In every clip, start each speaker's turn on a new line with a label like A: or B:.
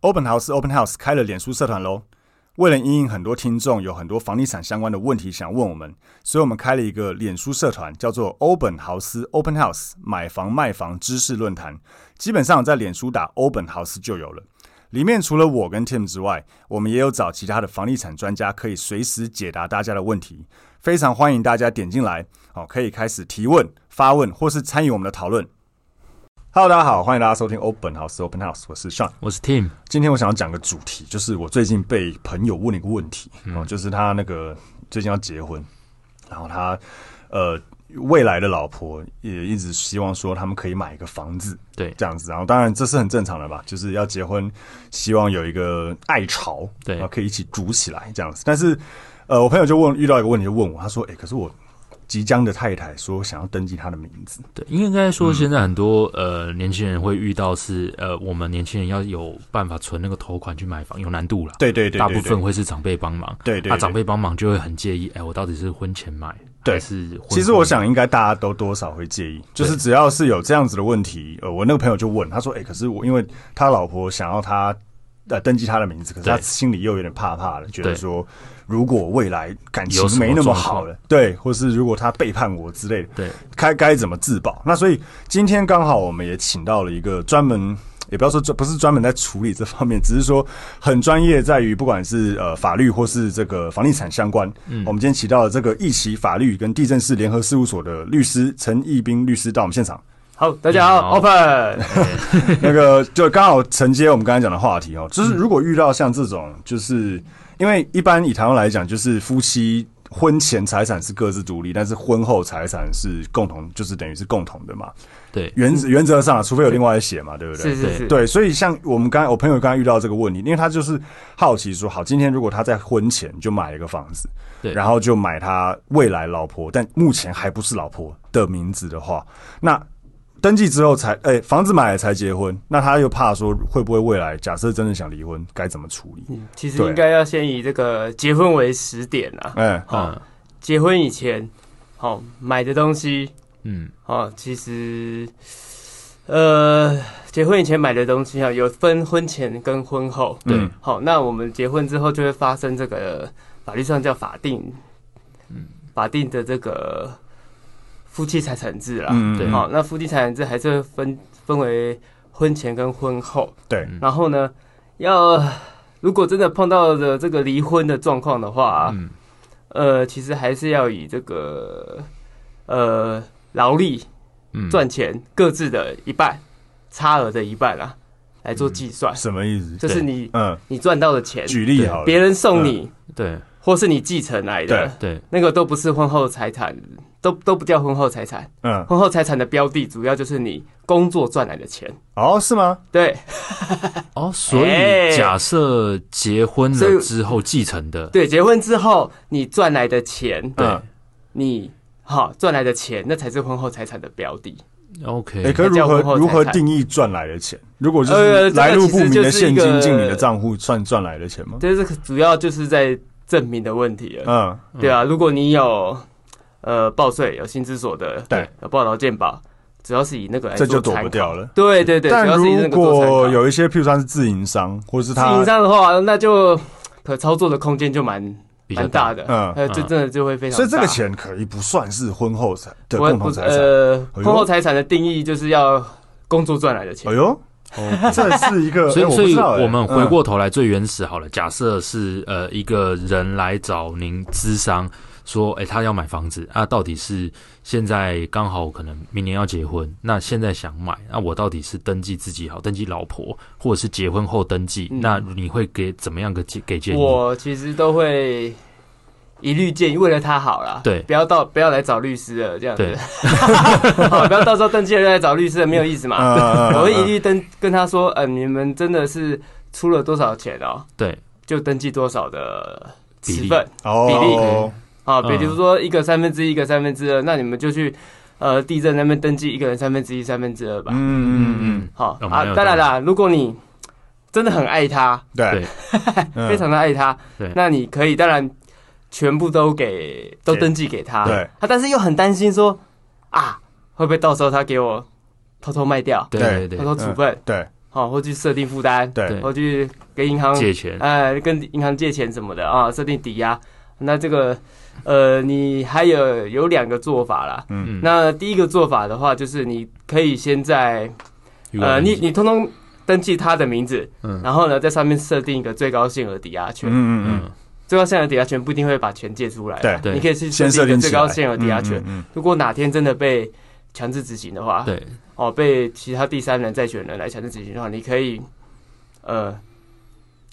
A: Open House Open House 开了脸书社团喽。为了因应很多听众有很多房地产相关的问题想问我们，所以我们开了一个脸书社团，叫做欧本豪斯 Open House 买房卖房知识论坛。基本上在脸书打欧本豪斯就有了。里面除了我跟 Tim 之外，我们也有找其他的房地产专家，可以随时解答大家的问题。非常欢迎大家点进来，哦，可以开始提问、发问，或是参与我们的讨论。Hello，大家好，欢迎大家收听 Open House Open House，我是 Sean。
B: 我是 Tim，
A: 今天我想要讲个主题，就是我最近被朋友问了一个问题，
B: 嗯
A: 哦，就是他那个最近要结婚，然后他呃未来的老婆也一直希望说他们可以买一个房子，
B: 对
A: 这样子，然后当然这是很正常的吧，就是要结婚，希望有一个爱巢，
B: 对
A: 然后可以一起组起来这样子。但是呃，我朋友就问遇到一个问题，就问我，他说，哎、可是我即将的太太说想要登记她的名字，
B: 对，应该说现在很多、
A: 嗯
B: 呃年轻人会遇到是呃，我们年轻人要有办法存那个头款去买房，有难度啦。
A: 对对对对
B: 大部分会是长辈帮忙。
A: 对对对
B: 那、长辈帮忙就会很介意，哎，我到底是婚前买
A: 对
B: 还是婚后买？
A: 其实我想，应该大家都多少会介意，就是只要是有这样子的问题，呃，我那个朋友就问他说：“哎、可是我因为他老婆想要他呃登记他的名字，可是他
B: 对
A: 心里又有点怕怕的，觉得
B: 对
A: 说如果未来感情
B: 有什么
A: 没那么
B: 状
A: 好
B: 况
A: 了，对，或是如果他背叛我之类的，
B: 对
A: 该该怎么自保？那所以今天刚好我们也请到了一个专门。也不要说这不是专门在处理这方面，只是说很专业，在于不管是呃法律或是这个房地产相关。嗯，我们今天请到了这个一起法律跟地震市联合事务所的律师陈义斌律师到我们现场。
C: 好，大家好
B: 好
C: ，Open。
A: 那个就刚好承接我们刚才讲的话题哦，就是如果遇到像这种，就是因为一般以台湾来讲，就是夫妻婚前财产是各自独立，但是婚后财产是共同，就是等于是共同的嘛。
B: 对
A: 原则原则上啊，除非有另外写嘛，对不对？
C: 是是是，
A: 对，所以像我们刚才我朋友刚才遇到这个问题，因为他就是好奇说，好，今天如果他在婚前就买一个房子，
B: 对
A: 然后就买他未来老婆，但目前还不是老婆的名字的话，那登记之后才，哎、房子买了才结婚，那他又怕说会不会未来假设真的想离婚，该怎么处理？
C: 嗯其实
A: 对
C: 应该要先以这个结婚为时点啊。
A: 哎、
C: 好，
B: 嗯
C: 结婚以前，好买的东西，
B: 嗯，
C: 哦，其实，呃，结婚以前买的东西啊，有分婚前跟婚后。
B: 对
A: 嗯
C: 好，那我们结婚之后就会发生这个法律上叫法定，
A: 嗯
C: 法定的这个夫妻财产制啦。
A: 嗯，
B: 对
C: 好，那夫妻财产制还是分分为婚前跟婚后。
A: 对，
C: 然后呢，要如果真的碰到了这个离婚的状况的话，
B: 嗯
C: 呃，其实还是要以这个呃劳力
B: 嗯
C: 赚钱各自的一半，差额的一半啊来做计算，
A: 什么意思？
C: 就是
B: 嗯对
C: 你
A: 嗯，
C: 你赚到的钱，
A: 举例好了，
C: 别人送你、
B: 对
C: 或是你继承来
A: 对
C: 的，
B: 嗯对
C: 那个都不是婚后财产。都都不叫婚后财产，
A: 嗯，
C: 婚后财产的标的主要就是你工作赚来的钱，
A: 哦，是吗？
C: 对，
B: 哦，所
C: 哎
B: 以假设结婚
C: 所以
B: 了之后继承的，
C: 对，结婚之后你赚来的钱，
B: 对
A: 嗯
C: 你好赚来的钱，那才是婚后财产的标的。
B: ，OK，、
A: 哎、可是
C: 那
A: 如
C: 叫婚
A: 何
C: 后
A: 如何
C: 财产
A: 定义赚来的钱？如果就
C: 呃
A: 是
C: 这个
A: 来路不
C: 其实
A: 明
C: 就
A: 的
C: 是
A: 现
C: 一个
A: 金进你的账户，算赚来的钱吗？
C: 这是主要就是在证明的问题了，
A: 嗯，
C: 对啊，如果你有呃报税、有薪资所得、
A: 对，
C: 有报劳健保，主要是以那个来
A: 这就
C: 做
A: 躲
C: 参
A: 不
C: 考。
A: 掉了。
C: 对对对，
A: 但
C: 主要是以那
A: 如
C: 个做参考
A: 果有一些，譬如说他是自营商，或是
C: 自
A: 他
C: 营商的话，那就可操作的空间就蛮
B: 比较
C: 蛮大，的，
A: 嗯
C: 呃，这
B: 嗯
C: 真的就会非常大。
A: 所以这个钱可以不算是婚后财的
C: 不
A: 共
C: 不
A: 同财产。
C: 呃，
A: 哎呦
C: 婚后财产的定义就是要工作赚来的钱
A: 哎。呦，
B: 哦
A: 这是一 个，
B: 所
A: 哎
B: 以，所以
A: 不知道哎
B: 我们回
A: 嗯
B: 过头来最原始好了。假设是呃一个人来找您咨商，说，哎、他要买房子啊，到底是现在刚好可能明年要结婚，那现在想买，那我到底是登记自己好，登记老婆，或者是结婚后登记？
C: 嗯
B: 那你会给怎么样个建给建议？
C: 我其实都会一律建议，为了他好啦，
B: 对
C: 不要到不要来找律师了，这样子
B: 对，
C: 好不要到时候登记了来找律师了，没有意思嘛。
A: 嗯嗯嗯
C: 我会一律登跟他说，嗯、你们真的是出了多少钱哦，
B: 对
C: 就登记多少的
B: 比
C: 持
B: 例
C: 份比
A: 哦，
C: 啊，
B: 嗯
C: 比如说一个三分之一，一个三分之二，那你们就去呃地震那边登记一个人三分之一、三分之二吧。
A: 嗯嗯嗯，
B: 嗯，
C: 好、
B: 哦蛮
C: 啊，
B: 有
C: 当然
B: 道
C: 啦，如果你真的很爱他，
A: 对
B: 对，
A: 嗯
C: 非常的爱他
B: 对，
C: 那你可以当然全部都给都
A: 给
C: 登记给他，
A: 对
C: 他但是又很担心说啊，会不会到时候他给我偷偷卖掉，
B: 对对
C: 偷
B: 对嗯
C: 偷处分，
A: 对，
C: 啊，或去设定负担，
A: 对
B: 对
C: 或去给银行
B: 借钱，
C: 呃，跟银行借钱什么的啊，设定抵押。那这个，呃，你还有有两个做法啦。
B: 嗯，
C: 那第一个做法的话，就是你可以先在
B: 余额
C: 呃，
B: 明
C: 你
B: 细
C: 你通通登记他的名字，
B: 嗯
C: 然后呢，在上面设定一个最高限额抵押权。
A: 嗯嗯
B: 嗯
C: 最高限额抵押权不一定会把钱借出来啊，
B: 对
C: 你可以去
A: 嗯，先
C: 设
A: 设
C: 定一
A: 定
C: 个最
A: 起来
C: 高限额抵押权。，
A: 嗯嗯
C: 如果哪天真的被强制执行的话，
B: 对
C: 哦，被其他第三人债权人来强制执行的话，你可以，呃，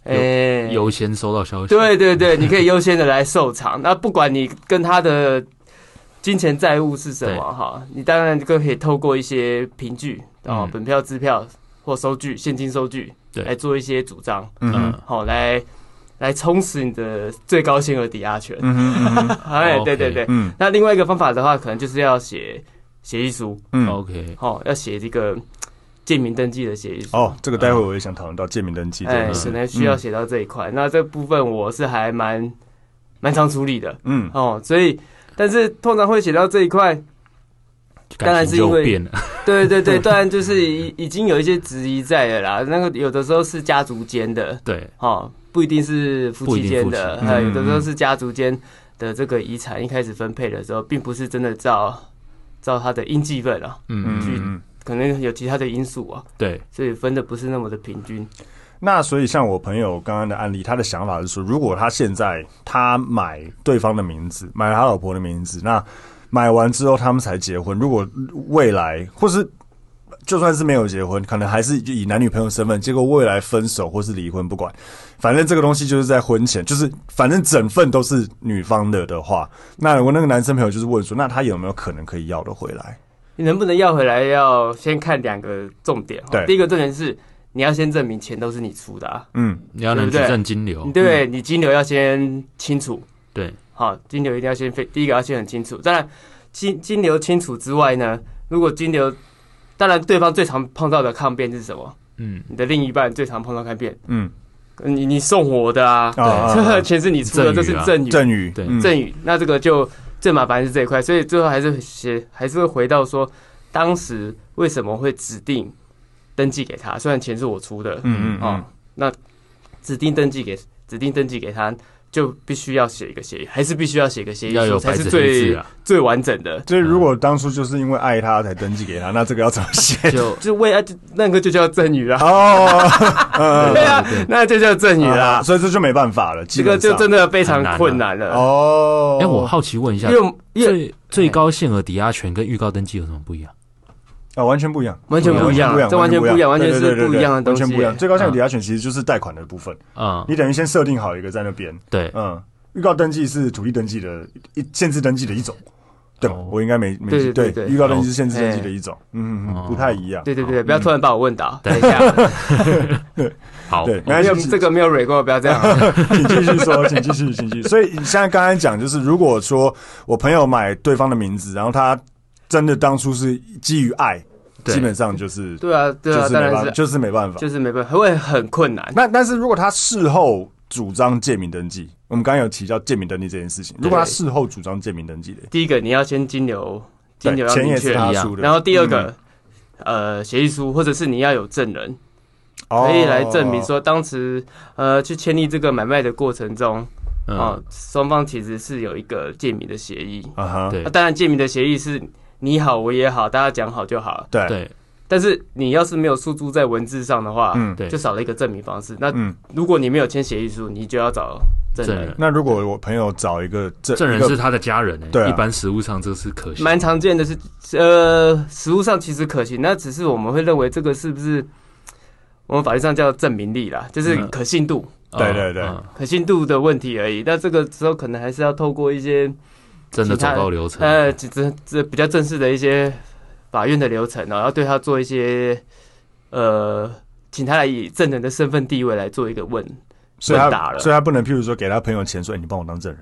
B: 有
C: 诶、
B: 优先收到消息，
C: 对对对，你可以优先的来受偿。那不管你跟他的金钱债务是什么哈，你当然就可以透过一些凭据哦
B: 嗯，
C: 本票、支票或收据、现金收据
B: 对
C: 来做一些主张，
A: 嗯嗯
B: 嗯，
C: 好来来充实你的最高限额抵押权。
A: 嗯嗯
C: 哎，对
B: 哦 OK
C: 对对。
A: 嗯
C: 那另外一个方法的话，可能就是要写协议书，
A: 嗯嗯，
B: OK，
C: 哦，要写这个建名登记的协议书。
A: 哦，这个待会我也想讨论到借名登记这
C: 哎
B: 嗯
A: 件，
C: 可
A: 事，
C: 能需要写到这一块。那这部分我是还蛮蛮常处理的
A: 嗯
C: 哦，所以但是通常会写到这一块，当然
B: 感
C: 是
B: 情
C: 因
B: 就
C: 为
B: 变了，
C: 对对对，当然就是已已经有一些质疑在了啦。那个有的时候是家族间的
B: 对，
C: 哦，不一定是夫妻间
B: 不
C: 的，
B: 一定夫妻
C: 呃，
A: 嗯
C: 有的时候是家族间的这个遗产一开始分配的时候，并不是真的照照他的应继份啊，
A: 嗯
B: 嗯，
A: 嗯嗯。
C: 可能有其他的因素啊，
B: 对，
C: 所以分的不是那么的平均。
A: 那所以像我朋友刚刚的案例，他的想法是说，如果他现在他买对方的名字，买了他老婆的名字，那买完之后他们才结婚，如果未来或是就算是没有结婚，可能还是以男女朋友身份，结果未来分手或是离婚，不管，反正这个东西就是在婚前，就是反正整份都是女方的的话，那我那个男生朋友就是问说，那他有没有可能可以要得回来？
C: 你能不能要回来，要先看两个重点哦。
A: 对
C: 第一个重点是你要先证明钱都是你出的啊，
A: 嗯
B: 你要能举
C: 对不对
B: 证金流，
C: 对，你金流要先清楚，
B: 对，
C: 好，金流一定要先非第一个要先很清楚。当然，金金流清楚之外呢，如果金流，当然对方最常碰到的抗辩是什么？
B: 嗯，
C: 你的另一半最常碰到抗辩，
A: 嗯
C: 你你送我的啊，
A: 啊啊
C: 这
A: 啊
C: 钱是你出的，
B: 赠与
C: 这是
B: 啊
C: 赠与，
A: 赠与
B: 对
A: 嗯
C: 赠与，那这个就最麻烦是这一块，所以最后还是写，还是会回到说，当时为什么会指定登记给他？虽然钱是我出的，
A: 嗯嗯
C: 哦
A: 嗯，
C: 那指定登记给指定登记给他，就必须要写一个协议，还是必须要写一个协议
B: 要
C: 书
B: 有
C: 才
B: 白
C: 是
B: 纸黑字
C: 最
B: 啊，
C: 最完整的。
A: 所以如果当初就是因为爱他才登记给他，那这个要怎么写？
B: 就
C: 就为啊，就那个就叫赠与啦，
A: 哦，
C: 对啊
B: 对对，
C: 那就叫赠与
A: 啊
C: 啦，
A: 所以这就没办法了，基
C: 这个
A: 本
C: 就
A: 上
C: 真的非常
B: 很难啊
C: 困难了。
A: 哦。
B: 哎，我好奇问一下
C: 因，为因为
B: 最最高限额抵押权跟预告登记有什么不一样？
A: 啊，完全不一样，
C: 完全不一样，啊这完全不一样，完全
A: 对对
C: 是
A: 对对
C: 不一样的东西。嗯
A: 完全不一样。最高限度抵押权其实就是贷款的部分，
B: 嗯，
A: 你等于先设定好一个在那边，
B: 对，
A: 嗯，预告登记是土地登记的一限制登记的一种，对吧
B: 哦
A: 我应该没没
C: 对对
A: 对
C: 对对哦哎
A: 预告登记是限制登记的一种，嗯嗯，
B: 哦
A: 嗯不太一样。
C: 对对对，不要突
A: 嗯
C: 然把我问 倒。
B: 对
C: 等一 下，
B: 好，
A: 对，没
C: 没有
A: 关系，
C: 这个没有蕊过，不要这样。
A: 请继续说，请继续，请继续。所以你像刚才讲，就是如果说我朋友买对方的名字，然后他真的当初是基于爱，
B: 对
A: 基本上就是
C: 对啊，对
A: 就
C: 啊，
A: 是
C: 当
A: 没
C: 然
A: 办法，
C: 是
A: 就是没办法。
C: 就是没办法，会很困难。
A: 那但是如果他事后主张借名登记，我们刚刚有提到借名登记这件事情，如果他事后主张借名登记的，
C: 第一个你要先金流，金流
A: 对，
C: 要
A: 钱
C: 明
A: 也是
C: 确，
A: 他出的，嗯
C: 然后第二个。呃，协议书，或者是你要有证人，
A: 哦
C: 可以来证明说当时呃去签订这个买卖的过程中，啊、
B: 嗯，
C: 双方其实是有一个借名的协议。
A: 啊哈，
B: 对
C: 那、当然，借名的协议是你好我也好，大家讲好就好了。
A: 对，
B: 对，
C: 但是你要是没有诉诸在文字上的话，
A: 嗯
B: 对
C: 就少了一个证明方式。那
A: 嗯。
C: 如果你没有签协议书，你就要找证
B: 证
C: 人，
B: 人，
A: 那如果我朋友找一个证
B: 证人
A: 一个
B: 是他的家人欸
A: 对啊
B: 一般实物上这是可行，
C: 蛮常见的是，呃，实物上其实可行，那只是我们会认为这个是不是我们法律上叫证明力啦，就是
B: 嗯
C: 可信度、
B: 嗯，
A: 对对对
B: 嗯
C: 可信度的问题而已。那这个时候可能还是要透过一些
B: 真的
C: 其
B: 走
C: 他
B: 到流程，
C: 呃，这这这比较正式的一些法院的流程哦，要对他做一些呃，请他来以证人的身份地位来做一 个问，
A: 所以
C: 问答
A: 他
C: 了
A: 所以他不能，譬如说给他朋友钱，说哎你帮我当证人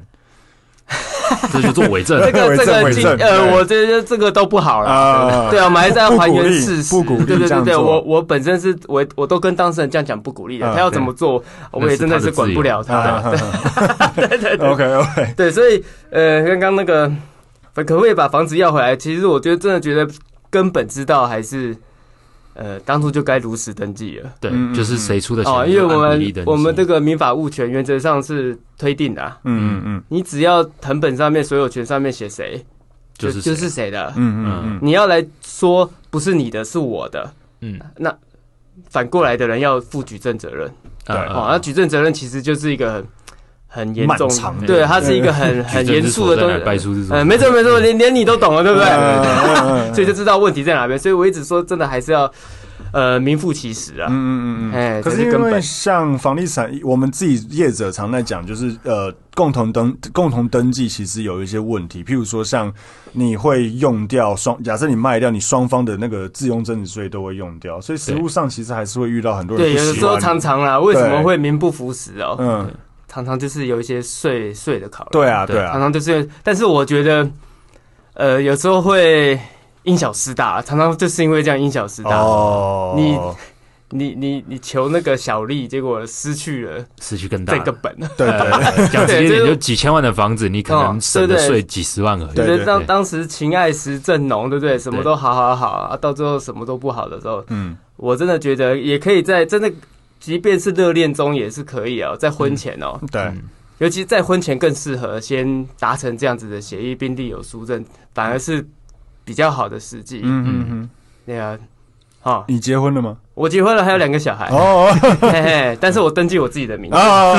B: 这就做伪证，啊
C: 这个
A: 伪
C: 这
A: 证
C: 个
A: 伪
C: 进
A: 证
C: 呃，
A: 对
C: 我觉得这个都不好啦。
A: 啊
C: 对啊，我们还是要
A: 不
C: 还
A: 鼓
C: 原
A: 励
C: 事实，
A: 不鼓励
C: 对
A: 这
C: 对对
A: 样
C: 对，
A: 做
C: 我我本身是我我都跟当事人这样讲不鼓励的，
A: 嗯
C: 他要怎么做，我也真的是管不了他的。
A: ，OK OK，
C: 对，所以呃，刚刚那个可不可以把房子要回来？其实我觉得真的觉得根本之道还是呃，当初就该如实登记了。
B: 对
A: 嗯嗯，
B: 就是谁出的钱，
C: 哦，因为我
B: 就按比例登
C: 们
B: 记
C: 我们这个民法物权原则上是推定的、啊，
A: 嗯嗯嗯
C: 你只要藤本上面所有权上面写谁，
B: 就是谁
C: 就是谁的。
A: 嗯嗯嗯，
C: 你要来说不是你的，是我的，
B: 嗯
C: 那反过来的人要负举证责任。
A: 对
B: 呃
C: 哦，那举证责任其实就是一个很很严重
A: 漫长的
C: 对，它是一个很
B: 举
C: 很
B: 证
C: 严
B: 之
C: 肃
B: 所在
C: 的
B: 白
C: 东西。
B: 书之所
C: 嗯，
B: 在
C: 没错没错，连连你都懂了，对不对？
A: 嗯对
C: 所以就知道问题在哪边。所以我一直说，真的还是要呃名副其实啊。
A: 嗯嗯嗯嗯。
C: 哎
A: 可
C: 才
A: 是因
C: 根
A: 为
C: 本
A: 像房地产，我们自己业者常在讲，就是呃，共同登共同登记其实有一些问题，譬如说像你会用掉双，假设你卖掉，你双方的那个自用增值税都会用掉，所以实物上其实还是会遇到很多人
C: 对，
A: 不
C: 有的
A: 喜
C: 时候
A: 欢。
C: 常常啦，为什么
A: 对
C: 会名不符实哦？
A: 嗯，
C: 常常就是有一些税税的考量。
A: 对啊，对
C: 常
A: 啊，
C: 常就是，但是我觉得，呃，有时候会因小失大，啊常常就是因为这样因小失大。
A: 哦，
C: 你你你你求那个小利，结果失去了
B: 失去更大
C: 这
B: 的。
C: 个本。
A: 对对对
B: 呃讲直接
C: 对
B: 点，
C: 这
B: 就几千万的房子，你可能
C: 哦
B: 省的
C: 对对
B: 税几十万而已。
A: 对
C: 就是当当时情爱时正浓，对不对？什么都好好好啊，到最后什么都不好的时候，
A: 嗯，
C: 我真的觉得也可以在真的，即便是热恋中也是可以哦，在婚前哦，
A: 对，
B: 嗯
C: 尤其在婚前更适合先达成这样子的协议，并立有书证，反而是比较好的时机。
A: 嗯嗯嗯，
C: 对啊，哦，
A: 你结婚了吗？
C: 我结婚了，还有两个小孩，
A: 哦
C: 嘿嘿，但是我登记我自己的名 字，
A: 啊，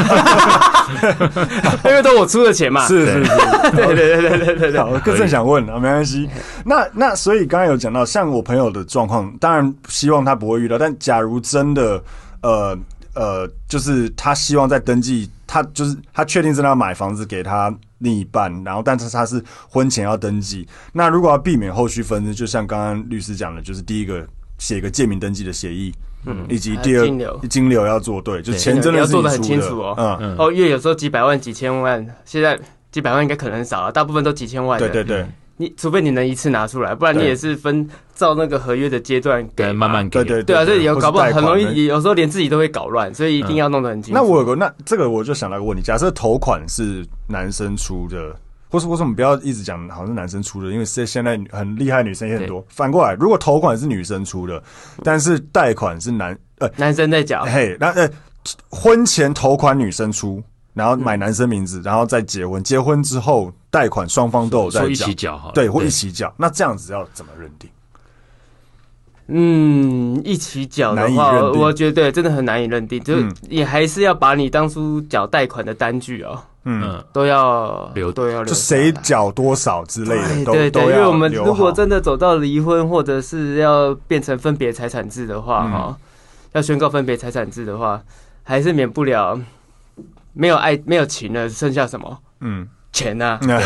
C: 因为都我出的钱嘛。
A: 是是是。
C: 对对对对对对对。
A: 好，我更正想问啊，没关系。那那所以刚刚有讲到，像我朋友的状况，当然希望他不会遇到，但假如真的，呃呃，就是他希望在登记，他就是他确定真的要买房子给他另一半，然后但是他是婚前要登记，那如果要避免后续纷争，就像刚刚律师讲的，就是第一个写一个借名登记的协议。嗯，以及第二
C: 还有金流
A: 金流要做对，就
B: 对
A: 钱真的是
C: 要做
A: 你
C: 得很
A: 出
C: 清楚哦
A: 嗯，
B: 嗯
C: 哦，因为有时候几百万、几千万，现在几百万应该可能很少了，大部分都几千万的。
A: 对对对
C: 你除非你能一次拿出来，不然你
A: 对
C: 也是分照那个合约的阶段给
B: 对，
C: 嘛
B: 慢慢给
A: 对。对
C: 对啊，所以有
A: 或是
C: 搞不好
A: 贷
C: 很
A: 款
C: 容
A: 那
C: 易，有时候连自己都会搞乱，所以一定要弄得很清楚。
A: 那我有个那这个我就想到个问题：假设头款是男生出的，或是或是我们不要一直讲好像是男生出的，因为现现在很厉害的女生也很多。反过来，如果头款是女生出的，但是贷款是男呃
C: 男生在讲，
A: 嘿，那呃婚前头款女生出，然后
C: 嗯
A: 买男生名字，然后再结婚，结婚之后贷款双方都有在
B: 说一
A: 缴
B: 起，缴好了，
A: 对，或一起缴。那这样子要怎么认定？
C: 嗯，一起缴的
A: 难以
C: 话，
A: 认定
C: 我觉得真的很难以认定，就是
A: 嗯
C: 也还是要把你当初缴贷款的单据哦，
A: 嗯，
B: 嗯，
C: 都要
B: 留
C: 都要留
A: 就
C: 下来
A: 谁缴多少之类的，都
C: 哎对对
A: 都
C: 对，因为
A: 要
C: 我们
A: 留
C: 如果
A: 好
C: 真的走到离婚，或者是要变成分别财产制的话，
A: 嗯
C: 哈、要宣告分别财产制的话，还是免不了没有爱没有情了，剩下什么
A: 嗯
C: 钱啊？
A: 嗯嗯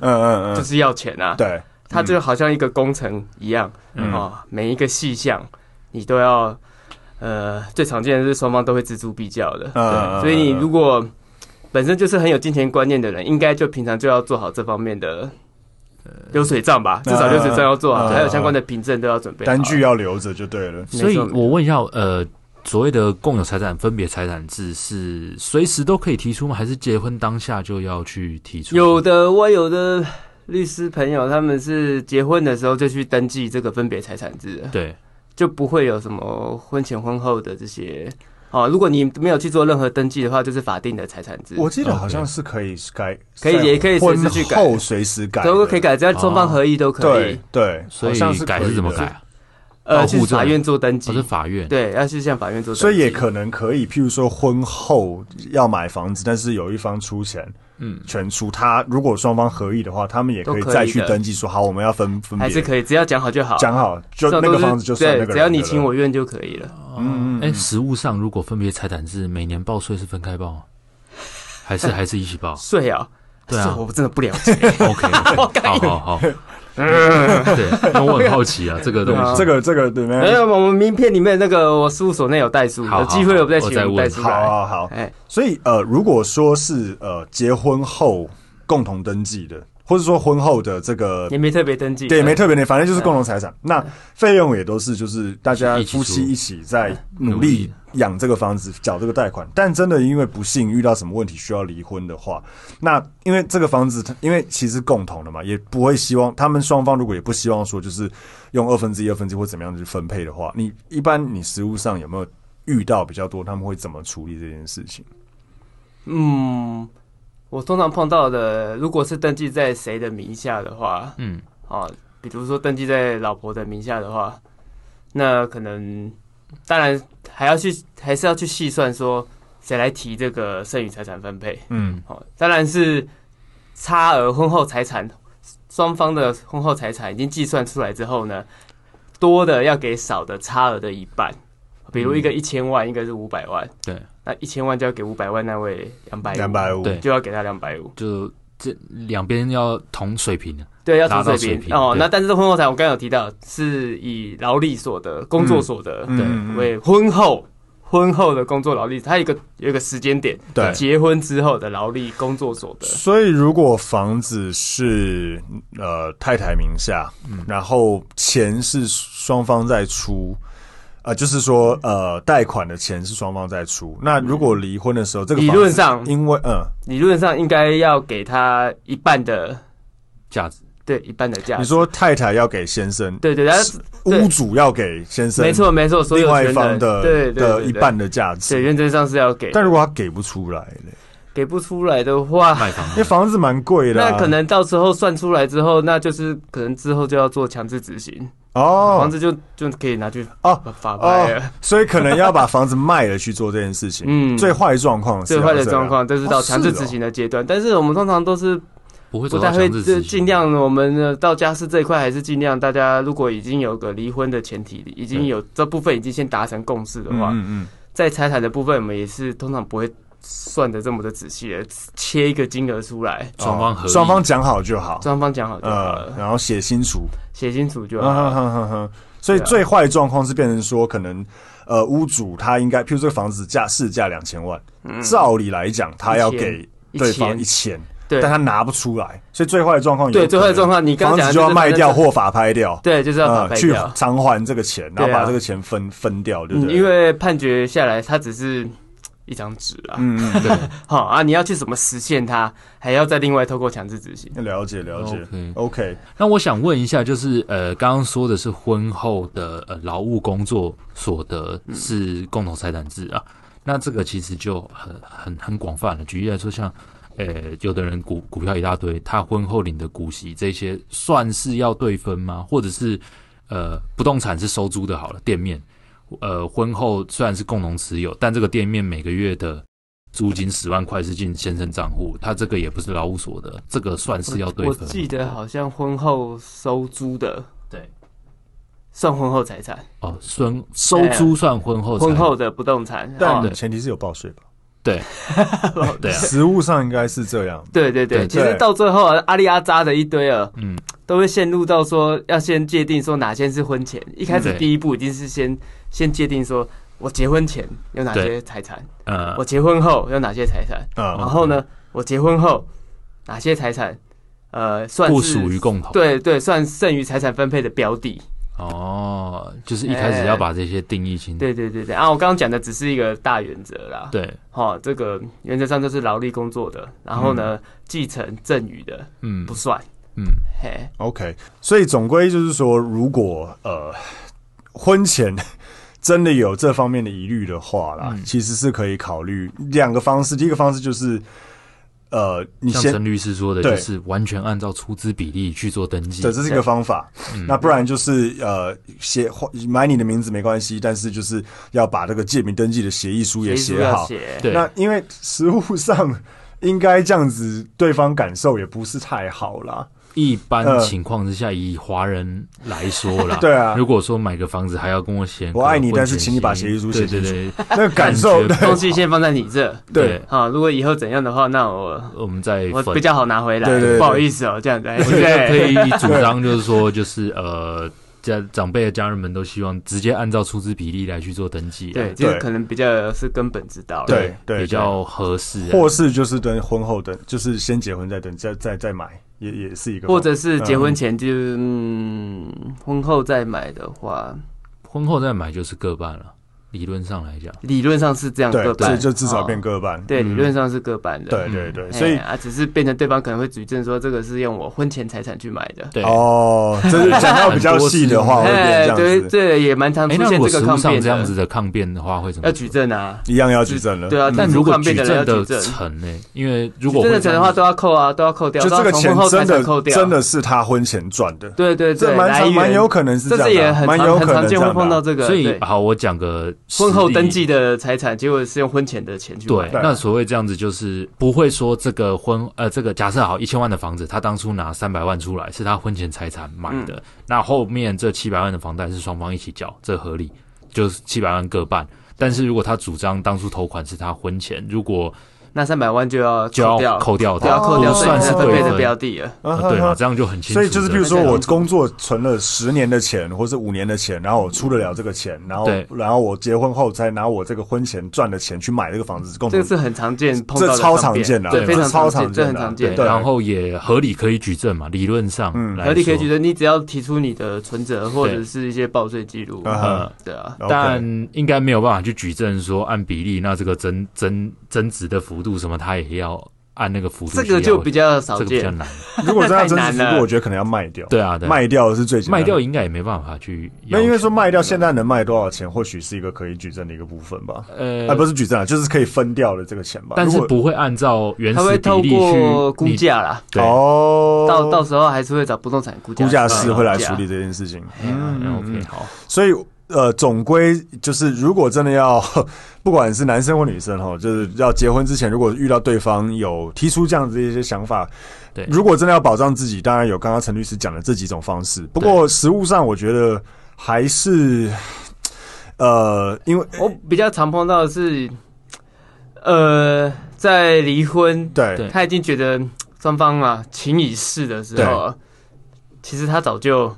A: 嗯
C: 就
A: 嗯，
C: 是要钱啊！
A: 对。
C: 它就好像一个工程一样，
A: 嗯
C: 哦，每一个细项你都要，呃，最常见的是双方都会锱铢必较的，
A: 嗯
C: 对所以你如果本身就是很有金钱观念的人，应该就平常就要做好这方面的
A: 呃
C: 流水账吧，至少流水账要做
A: 嗯
C: 好，
A: 嗯
C: 还有相关的凭证都要准备好
A: 单据啊要留着就对了。
B: 所以
C: 没错
B: 我问一下，呃，所谓的共有财产分别财产制是随时都可以提出吗？还是结婚当下就要去提出？
C: 有的，我有的律师朋友他们是结婚的时候就去登记这个分别财产制了，
B: 对，
C: 就不会有什么婚前婚后的这些。哦，如果你没有去做任何登记的话，就是法定的财产制。
A: 我记得好像是可以改，
C: 可以也可以随时去改
A: 婚后随时改的，
C: 都可以改，只要双方合意都可以
A: 哦对。对，
B: 所
A: 好
B: 以
A: 像是
B: 改
A: 可以
B: 是怎么
A: 的
B: 改？啊？
C: 呃，
B: 保
C: 去
B: 护证
C: 法院做登记
B: 哦，是。法院。
C: 对，要去向法院做登记。
A: 所以也可能可以，譬如说婚后要买房子，但是有一方出钱，
B: 嗯，
A: 全出。他如果双方合意的话，他们也可以
C: 都可以的
A: 再去登记说好，我们要分分别，
C: 还是可以，只要讲好就好。
A: 讲好，就
C: 这
A: 那
C: 种都
A: 个
C: 是
A: 房子就算那
C: 对，
A: 个人的了。
C: 只要你情我愿就可以了。
A: 嗯，嗯嗯
B: 哎，实物上如果分别财产制，每年报税是分开报吗，还是还是一起报
C: 税啊，
B: 对啊
C: 税我真的不了解。
B: ？OK，好好好。 对，那我很好奇啊，这个东
A: 对
B: 西，
A: 这个这个对没
C: 没
A: 关系
C: 有，我们名片里面那个我事务所内有代书，
B: 好好
C: 有机会我再请
B: 我再问
C: 代书
A: 好啊
C: 来。
A: 好好，
C: 哎，
A: 所以呃，如果说是呃结婚后共同登记的，或者说婚后的这个
C: 也没特别登记，
A: 对，没特别的，反正就是共同财产。那费用也都是就是大家
B: 一起
A: 夫妻
B: 出
A: 一起在努
B: 努
A: 力
B: 力
A: 养这个房子，缴这个贷款。但真的因为不幸遇到什么问题需要离婚的话，那因为这个房子它因为其实共同的嘛，也不会希望他们双方如果也不希望说就是用二分之一、二分之一或怎么样去分配的话，你一般你实物上有没有遇到比较多？他们会怎么处理这件事情？
C: 嗯，我通常碰到的，如果是登记在谁的名下的话，
B: 嗯，
C: 啊，比如说登记在老婆的名下的话，那可能当然还要去，还是要去细算说谁来提这个剩余财产分配。
A: 嗯
C: 哦，当然是差额婚后财产，双方的婚后财产已经计算出来之后呢，多的要给少的差额的一半。比如一个一千万，一个是五百万，
B: 嗯对，
C: 那一千万就要给五百万那位两百
A: 两百五，
B: 嗯对
C: 就要给他两百五，
B: 就这两边要同水平的，
C: 对，要
B: 拉到
C: 从水
B: 水
C: 平
B: 平
C: 哦。
B: 对
C: 那但是婚后财，我刚刚有提到是以劳力所得、工作所得
A: 嗯
B: 对
A: 嗯
C: 为婚后婚后的工作劳力，它有一个有一个时间点，
A: 对
C: 结婚之后的劳力工作所得，
A: 所以，如果房子是呃太太名下，
C: 嗯
A: 然后钱是双方在出，呃，就是说呃贷款的钱是双方在出。那如果离婚的时候，这个
C: 嗯理
A: 房子
C: 论上
A: 因为嗯，
C: 理论上应该要给他一半的，
B: 价值
C: 对，一半的价值。
A: 你说太太要给先生，
C: 对对，他对
A: 屋主要给先生，
C: 没，错没错，所有
A: 另外
C: 权
A: 一
C: 人
A: 方的
C: 对对对
A: 的
C: 对
A: 一半的价
C: 对，
A: 值。
C: 原则上是要给，
A: 但如果他给不出来嘞，
C: 给不出来的话，
B: 卖房
A: 因为房子蛮贵的啊、
C: 那可能到时候算出来之后，那就是可能之后就要做强制执行，
A: 哦
C: 房子就就可以拿去
A: 哦
C: 法拍
A: 哦
C: 了。
A: 所以可能要把房子卖了去做这件事情。
C: 嗯
A: 最坏状况是
C: 最
A: 要这
C: 坏
A: 样，
C: 的状况就是到
A: 哦
C: 强制执。
A: 是哦
C: 行的阶段，但是我们通常都是
B: 不会
C: 不
B: 走到
C: 太
A: 哦啊
C: 会，
B: 强制
C: 就
B: 执行，
C: 尽量我们呃到家事这一块还是尽量大家如果已经有个离婚的前提，已经
A: 对
C: 有这部分已经先达成共识的话，
A: 嗯嗯
C: 在财产的部分，我们也是通常不会算的这么的仔细的，切一个金额出来，
B: 哦双方合
A: 嗯，
B: 意
A: 双方讲好就好，
C: 双方讲好就好啊
A: 呃，
C: 了，
A: 然后写清楚，
C: 写清楚就
A: 嗯
C: 好了。
A: 哼哼哼哼。所以
C: 对啊
A: 最坏的状况是变成说，可能呃屋主他应该，譬如这个房子价市价两千万，照理来讲他要给
C: 嗯一
A: 对
C: 千
A: 方一千，
C: 对
A: 但他拿不出来，所以最坏的状况有
C: 对，
A: 可
C: 最坏的
A: 能
C: 状况，你刚
A: 房
C: 刚讲
A: 子就
C: 的
A: 要
C: 是
A: 卖掉
C: 反正
A: 或法拍掉，
C: 对，就是要把它
A: 呃，
C: 拍
A: 去
C: 掉。
A: 偿还这个钱，然后
C: 对啊
A: 把这个钱分分掉，对不
C: 嗯，
A: 对？
C: 因为判决下来，它只是嘖一张纸啊。
A: 嗯嗯 嗯
C: 好啊，你要去怎么实现它，还要再另外透过强制执行。
A: 了解了解
B: OK
A: ，OK，
B: 那我想问一下，就是呃，刚刚说的是婚后的呃劳务工作所得是共同财产制啊，那这个其实就很很很广泛了。举例来说，像呃，有的人股股票一大堆，他婚后领的股息这些算是要对分吗？或者是呃，不动产是收租的，好了，店面，呃，婚后虽然是共同持有，但这个店面每个月的。租金十万块是进先生账户，他这个也不是劳务所得，这个算是要对
C: 我
B: 分吗。
C: 记得好像婚后收租的
B: 对，
C: 算婚后财产，
B: 哦，婚
A: 啊
B: 收租算婚后财，
C: 婚后的不动产。
A: 但
C: 哦
A: 前提是有报税吧？
B: 对，对啊，
A: 实物上应该是这样，
C: 对对对，
B: 对
C: 其实到最后啊，阿里阿扎的一堆啊，
B: 嗯，
C: 都会陷入到说要先界定说哪些是婚前，一开始
B: 对
C: 第一步一定是先先界定说我结婚前有哪些财产，
B: 呃
C: 我，结婚后有哪些财产，
A: 啊
B: 嗯
C: 然后呢，我结婚后哪些财产，呃，算
B: 不
C: 是
B: 属于嗯共同，，
C: 对对，算剩余财产分配的标的。
B: 哦，就是一开始要把这些定义
A: 哎
B: 清楚，
C: 对对对对，啊，我刚刚讲的只是一个大原则啦。
B: 对，
C: 好、这个原则上就是劳力工作的，然后呢，继承赠与的
B: 嗯
C: 不算。
B: 嗯，
C: 嘿，
A: OK，所以总归就是说，如果呃婚前 真的有这方面的疑虑的话啦，
B: 嗯
A: 其实是可以考虑两个方式。第一个方式就是，呃，你
B: 像
A: 先
B: 陈律师说的，
A: 对
B: 就是完全按照出资比例去做登记
A: 对，，这是一个方法。
B: 嗯
A: 那不然就是呃写买你的名字没关系，但是就是要把这个借名登记的协议书也
C: 遗书
A: 写
C: 要
A: 好。
C: 写。
B: 对，
A: 那因为实物上应该这样子，对方感受也不是太好 啦。
B: 一般
A: 呃
B: 情况之下，以华人来说啦，
A: 对啊
B: 如果说买个房子还要跟我写，
A: 我爱你但是请你把协议书写
B: 对
A: 清楚
B: 对对，
A: 那个感受，
B: 感觉
C: 东西先放在你这。
A: 对
B: 对，
C: 好，如果以后怎样的话，那我
B: 我们再
C: 我
B: 分
C: 比较好拿回来。
A: 对对对
C: 不好意思哦、这样子。哎
B: 我觉得可
C: 对
B: 以主张，就是说，就是呃，家长辈的家人们都希望直接按照出资比例来去做登记、啊，
C: 对，就是
A: 对
C: 可能比较是根本之道。
A: 对对
B: 比较合适、啊。
A: 或是就是等婚后等，就是先结婚再等，再再再买。也也是一个方，
C: 或者是结婚前就嗯，婚后再买的话，
B: 婚后再买就是各半了，理论上来讲，
C: 理论上是这样各
A: 对，所以
C: 半，
A: 就至少
C: 哦
A: 变各半。
C: 对，
B: 嗯
C: 理论上是各半的。
A: 对
B: 嗯
A: 对对，
C: 哎
A: 所以
C: 啊，只是变成对方可能会举证说这个是用我婚前财产去买的。
B: 对。
A: 哦，这是讲到比较细的话，会变
C: 哎，
A: 哦这
C: 对
A: 样，子，
C: 这也蛮常
B: 哎，
C: 出
B: 那
C: 现
B: 如果
C: 这
B: 实
C: 个
B: 物
C: 抗
B: 上
C: 辩
B: 这样子
C: 的，
B: 的抗辩的话，会怎么
C: 要
B: 做？
C: 举证啊。
A: 一样要举证了。
C: 对啊，
B: 但
C: 但
B: 如果
C: 抗
B: 举
C: 辩的人
B: 证
C: 要
B: 的
C: 举证，
B: 成呢、因为如
C: 举
B: 果
C: 证的
B: 会这
C: 成的
B: 样
C: 话
B: 子
C: 都要扣啊，都要扣掉，
A: 就这个
C: 都要从
A: 钱
C: 婚后财
A: 真
C: 产
A: 的
C: 扣掉，
A: 真的是他婚前赚的，
C: 对对
A: 这
C: 对，
A: 蛮
C: 来
A: 常
C: 源
A: 蛮有可能是
C: 这
A: 样
C: 是也
A: 的啊，
C: 很
A: 蛮
C: 常
A: 有
C: 很
A: 可能
C: 常
A: 这
C: 见
A: 样的
C: 会
A: 啊
C: 碰到这个，
B: 所以
C: 对
B: 好，我讲个
C: 婚后
B: 实例
C: 登记的财产，结果是用婚前的钱去
B: 对
C: 买，，
A: 对
B: 那所谓这样子就是不会说这个婚呃，这个假设好一千万的房子，他当初拿三百万出来是他婚前财产买的，
C: 嗯
B: 那后面这七百万的房贷是双方一起缴，这合理，就是七百万各半。但是如果他主张当初投款是他婚前，如果
C: 那三百万就要
B: 就
C: 扣
B: 要
C: 掉，
B: 扣掉
C: 就
B: 它，
C: 要扣掉
B: 不
A: 税
B: 算是
C: 分
B: 对
C: 配的
B: 分，
C: 标的了。
A: 啊
B: 呃
A: 哈
B: 对嘛？
A: 哈
B: 这样就很清
A: 所
B: 楚的。
A: 以就是，比如说
C: 这个
A: 我工作存了十年的钱，或是五年的钱，然后我出得了这个钱，然后
B: 对
A: 然后我结婚后再拿我这个婚前赚的钱去买这个房子，共
C: 这
A: 同
C: 个是很常见碰到
A: 这
C: 的
A: 超
C: 抗
A: 常
C: 辩
A: 见的啊，
C: 对，非常
A: 这超
C: 常见，这
A: 见
C: 很
A: 的啊，
C: 常见
A: 对
C: 的。
B: 然后也合理可以举证嘛，理论上
A: 嗯
B: 来
C: 合理可以
B: 说
C: 举证，你只要提出你的存折或者
B: 对
C: 是一些报税记录，
A: 啊哈
C: 对啊，
A: OK
B: 但应该没有办法去举证说按比例，那这个增增增值的幅度什么，他也要按那个幅度去要。
C: 这个就比较少
B: 这个比较
C: 见。
B: 难。
A: 如果真的
C: 太
A: 真
C: 难
A: 实幅度，
C: 了
A: 我觉得可能要卖掉，
B: 对啊，对啊
A: 卖掉是最简单
B: 卖
A: 的
B: 掉应该也没办法去要求。
A: 那因为说卖掉现在能卖多少钱，或许是一个可以举证的一个部分吧。
B: 呃
A: 啊，，不是举证啊，就是可以分掉的这个钱吧。
B: 但
A: 如
B: 是
A: 果
B: 不会按照原
C: 他会
B: 始比
C: 透
B: 例去
C: 过估
B: 你
C: 价啦，
B: 对。
A: 哦，
C: 到到时候还是会找不动产估价
A: 估价师会来处。
C: 对
A: 理这件事情。
B: 嗯
A: 嗯
B: ，OK，好，
A: 所以呃，总归就是，如果真的要， 不管是男生或女生哈，就是要结婚之前，如果遇到对方有提出这样子的一些想法，
B: 对
A: 如果真的要保障自己，当然有刚刚陈律师讲的这几种方式。不过实物上，我觉得还是。呃，因为
C: 我比较常碰到的是，呃，在离婚，
A: 对
B: 对
C: 他已经觉得嗯双方啊情已逝的时候啊，其实他早就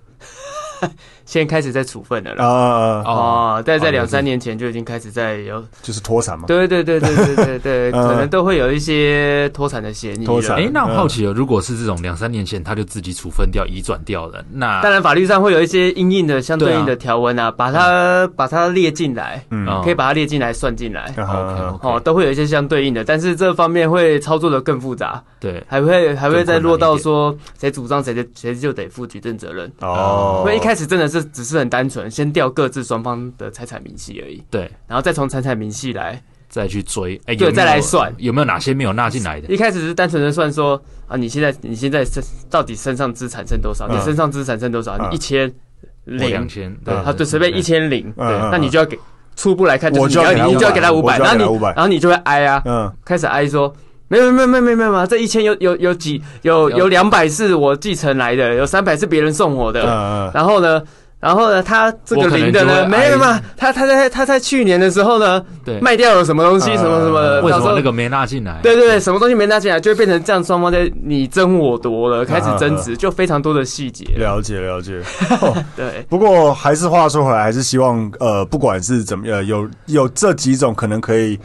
C: 先开始在处分了啦。
A: 啊、
B: 哦，
C: 哦，但在
B: 哦
C: 两
B: 了解
C: 三年前就已经开始在有，
A: 就是脱产嘛，
C: 对对对对对对对，
A: 嗯
C: 可能都会有一些脱产的嫌疑了。啊
A: 脱产
B: 哎，那我
A: 嗯
B: 好奇了，如果是这种两三年前他就自己处分掉、移转掉的，那
C: 当然，法律上会有一些应应的相对应
B: 对
C: 的条文啊，把它把它列进来，
A: 嗯
B: 哦
C: 可以把它列进来算进来，
A: 啊哈
B: OK，
C: 哦，都会有一些相对应的，但是这方面会操作的更复杂，
B: 对，
C: 还会还会再
B: 更困难
C: 落到
B: 一点
C: 说谁主张谁的谁就得负举证责任。
A: 哦
C: 因，为一开始真的是只是很单纯，先调各自双方的财产明细而已，
B: 对，
C: 然后再从财产明细来。
B: 再去追，哎，有没
C: 对
B: 有
C: 再来算
B: 有没有哪些没有纳进来的？
C: 一开始是单纯的算说啊，你现在你现在身到底身上资产剩多少？
A: 嗯
C: 你身上资产剩多少？
A: 嗯
C: 你一千
B: 我两
C: 零，
B: 千，嗯
C: 对，
B: 对
C: 他就随便一，千零，
A: 嗯
B: 对
A: 嗯
C: 那你就要给初步来看，
A: 我
C: 就是
A: 就
C: 你
A: 要
C: 要你就要给他五
A: 500
C: 百，
A: 我就要
C: 然后
A: 给他
C: 你
A: 500
C: 然后你就会哀啊，
A: 嗯，
C: 开始哀说。没有没有没有没有没有没有，这一千有有有几有
B: 有
C: 有两百是我继承来的，有三百是别人送我的。
A: 嗯嗯
C: 然后呢，然后呢，他这
B: 我
C: 个
B: 可能
C: 零的
B: 就
C: 呢，
B: 会
C: 没有
B: 哀
C: 嘛，他他在他在去年的时候呢，
B: 对，
C: 卖掉了什么东西，
A: 嗯
C: 什么什么的，
B: 为什
C: 到时
B: 么
C: 候
B: 那个没纳进来？
C: 对对对，什么东西没拿进来，就会变成这样，双方在你争我夺了，开始争执，就非常多的细节。
A: 了解了 解。哦
C: 对，
A: 不过还是话说回来，还是希望呃，不管是怎么呃，有有这几种可能可以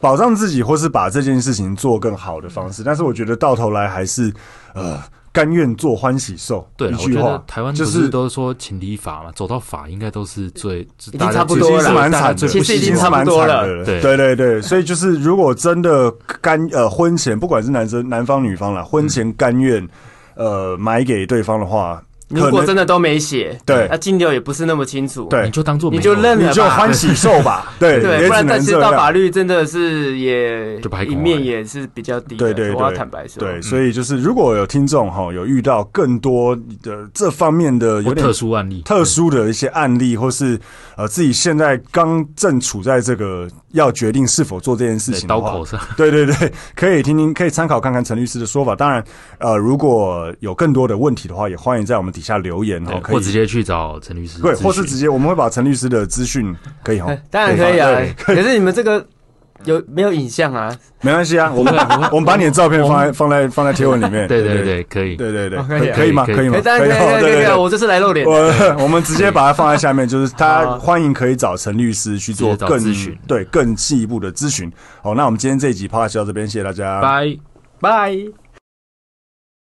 A: 保障自己，或是把这件事情做更好的
C: 嗯
A: 方式。但是我觉得到头来还是呃，甘愿做欢喜受。
B: 对
C: 啊
A: 一
B: 啦，我
A: 句
B: 觉得
A: 话
B: 台湾
A: 就
B: 不
A: 是
B: 是都说情理法嘛，走到法应该都是最已
C: 经差不多了
A: 已经是蛮惨的，
B: 最
C: 其实已经
A: 是
C: 差
A: 蛮
C: 不多
A: 惨
C: 了
A: 的
B: 对
A: 对对对，所以就是如果真的甘呃婚前，不管是男生男方女
C: 嗯
A: 方啦，婚前甘愿呃买给对方的话，
C: 如
A: 可
C: 果
A: 能
C: 真的都没写，
A: 对
C: 那金流也不是那么清楚，
A: 对
B: 你就当做
C: 你就认
A: 你
C: 了
A: 就
C: 吧。
A: 欢喜受 吧，对，
C: 对，
A: 也
C: 不
A: 只
C: 然但
A: 能
C: 是
A: 这
C: 到法
A: 样。
C: 律真的是也
B: 就白
C: 一
B: 拱
C: 面
B: 了
C: 也是比较低的，
A: 对对对
C: 我要坦白说，
B: 嗯
A: 对，所以就是如果有听众哈有遇到更多的这方面的有
B: 或
A: 点
B: 特殊案例，
A: 特殊的一些案例，或是呃自己现在刚正处在这个要决定是否做这件事
B: 对
A: 情的
B: 刀
A: 话，
B: 口上，
A: 对对对，可以听听，可以参考看看陈律师的说法。当然，呃，如果有更多的问题的话，也欢迎在我们底下留言
B: 对
A: 哦，可
B: 或
A: 以
B: 直接去找陈律师咨询，
A: 对，或是直接我们会把陈律师的资讯可以哈
C: 哎， 当然可以
A: 吧
C: 啊
A: 对。
C: 可是你们这个有没有影像啊？
A: 没关 系啊，我们
B: 不会不会
A: 我们把你的照片放在放在放在贴文里面，
B: 对对对，可以，
A: 对对对，
C: 哦可以啊
A: 可以吗？
B: 可以
A: 可以吗
C: 哎，？当然可以，
A: 哦
C: 可
A: 对
C: 以，可以
A: 对
C: 可以，
A: 对。
C: 我这是来露脸的。
A: 我我们直接把它放在下面，就是他
C: 好啊
A: 欢迎可以找陈律师去做
B: 直接找
A: 更
B: 咨询
A: 对更进一步的咨询。好，那我们今天这一集 p o d 到这边，谢谢大家，
B: 拜。
C: 拜。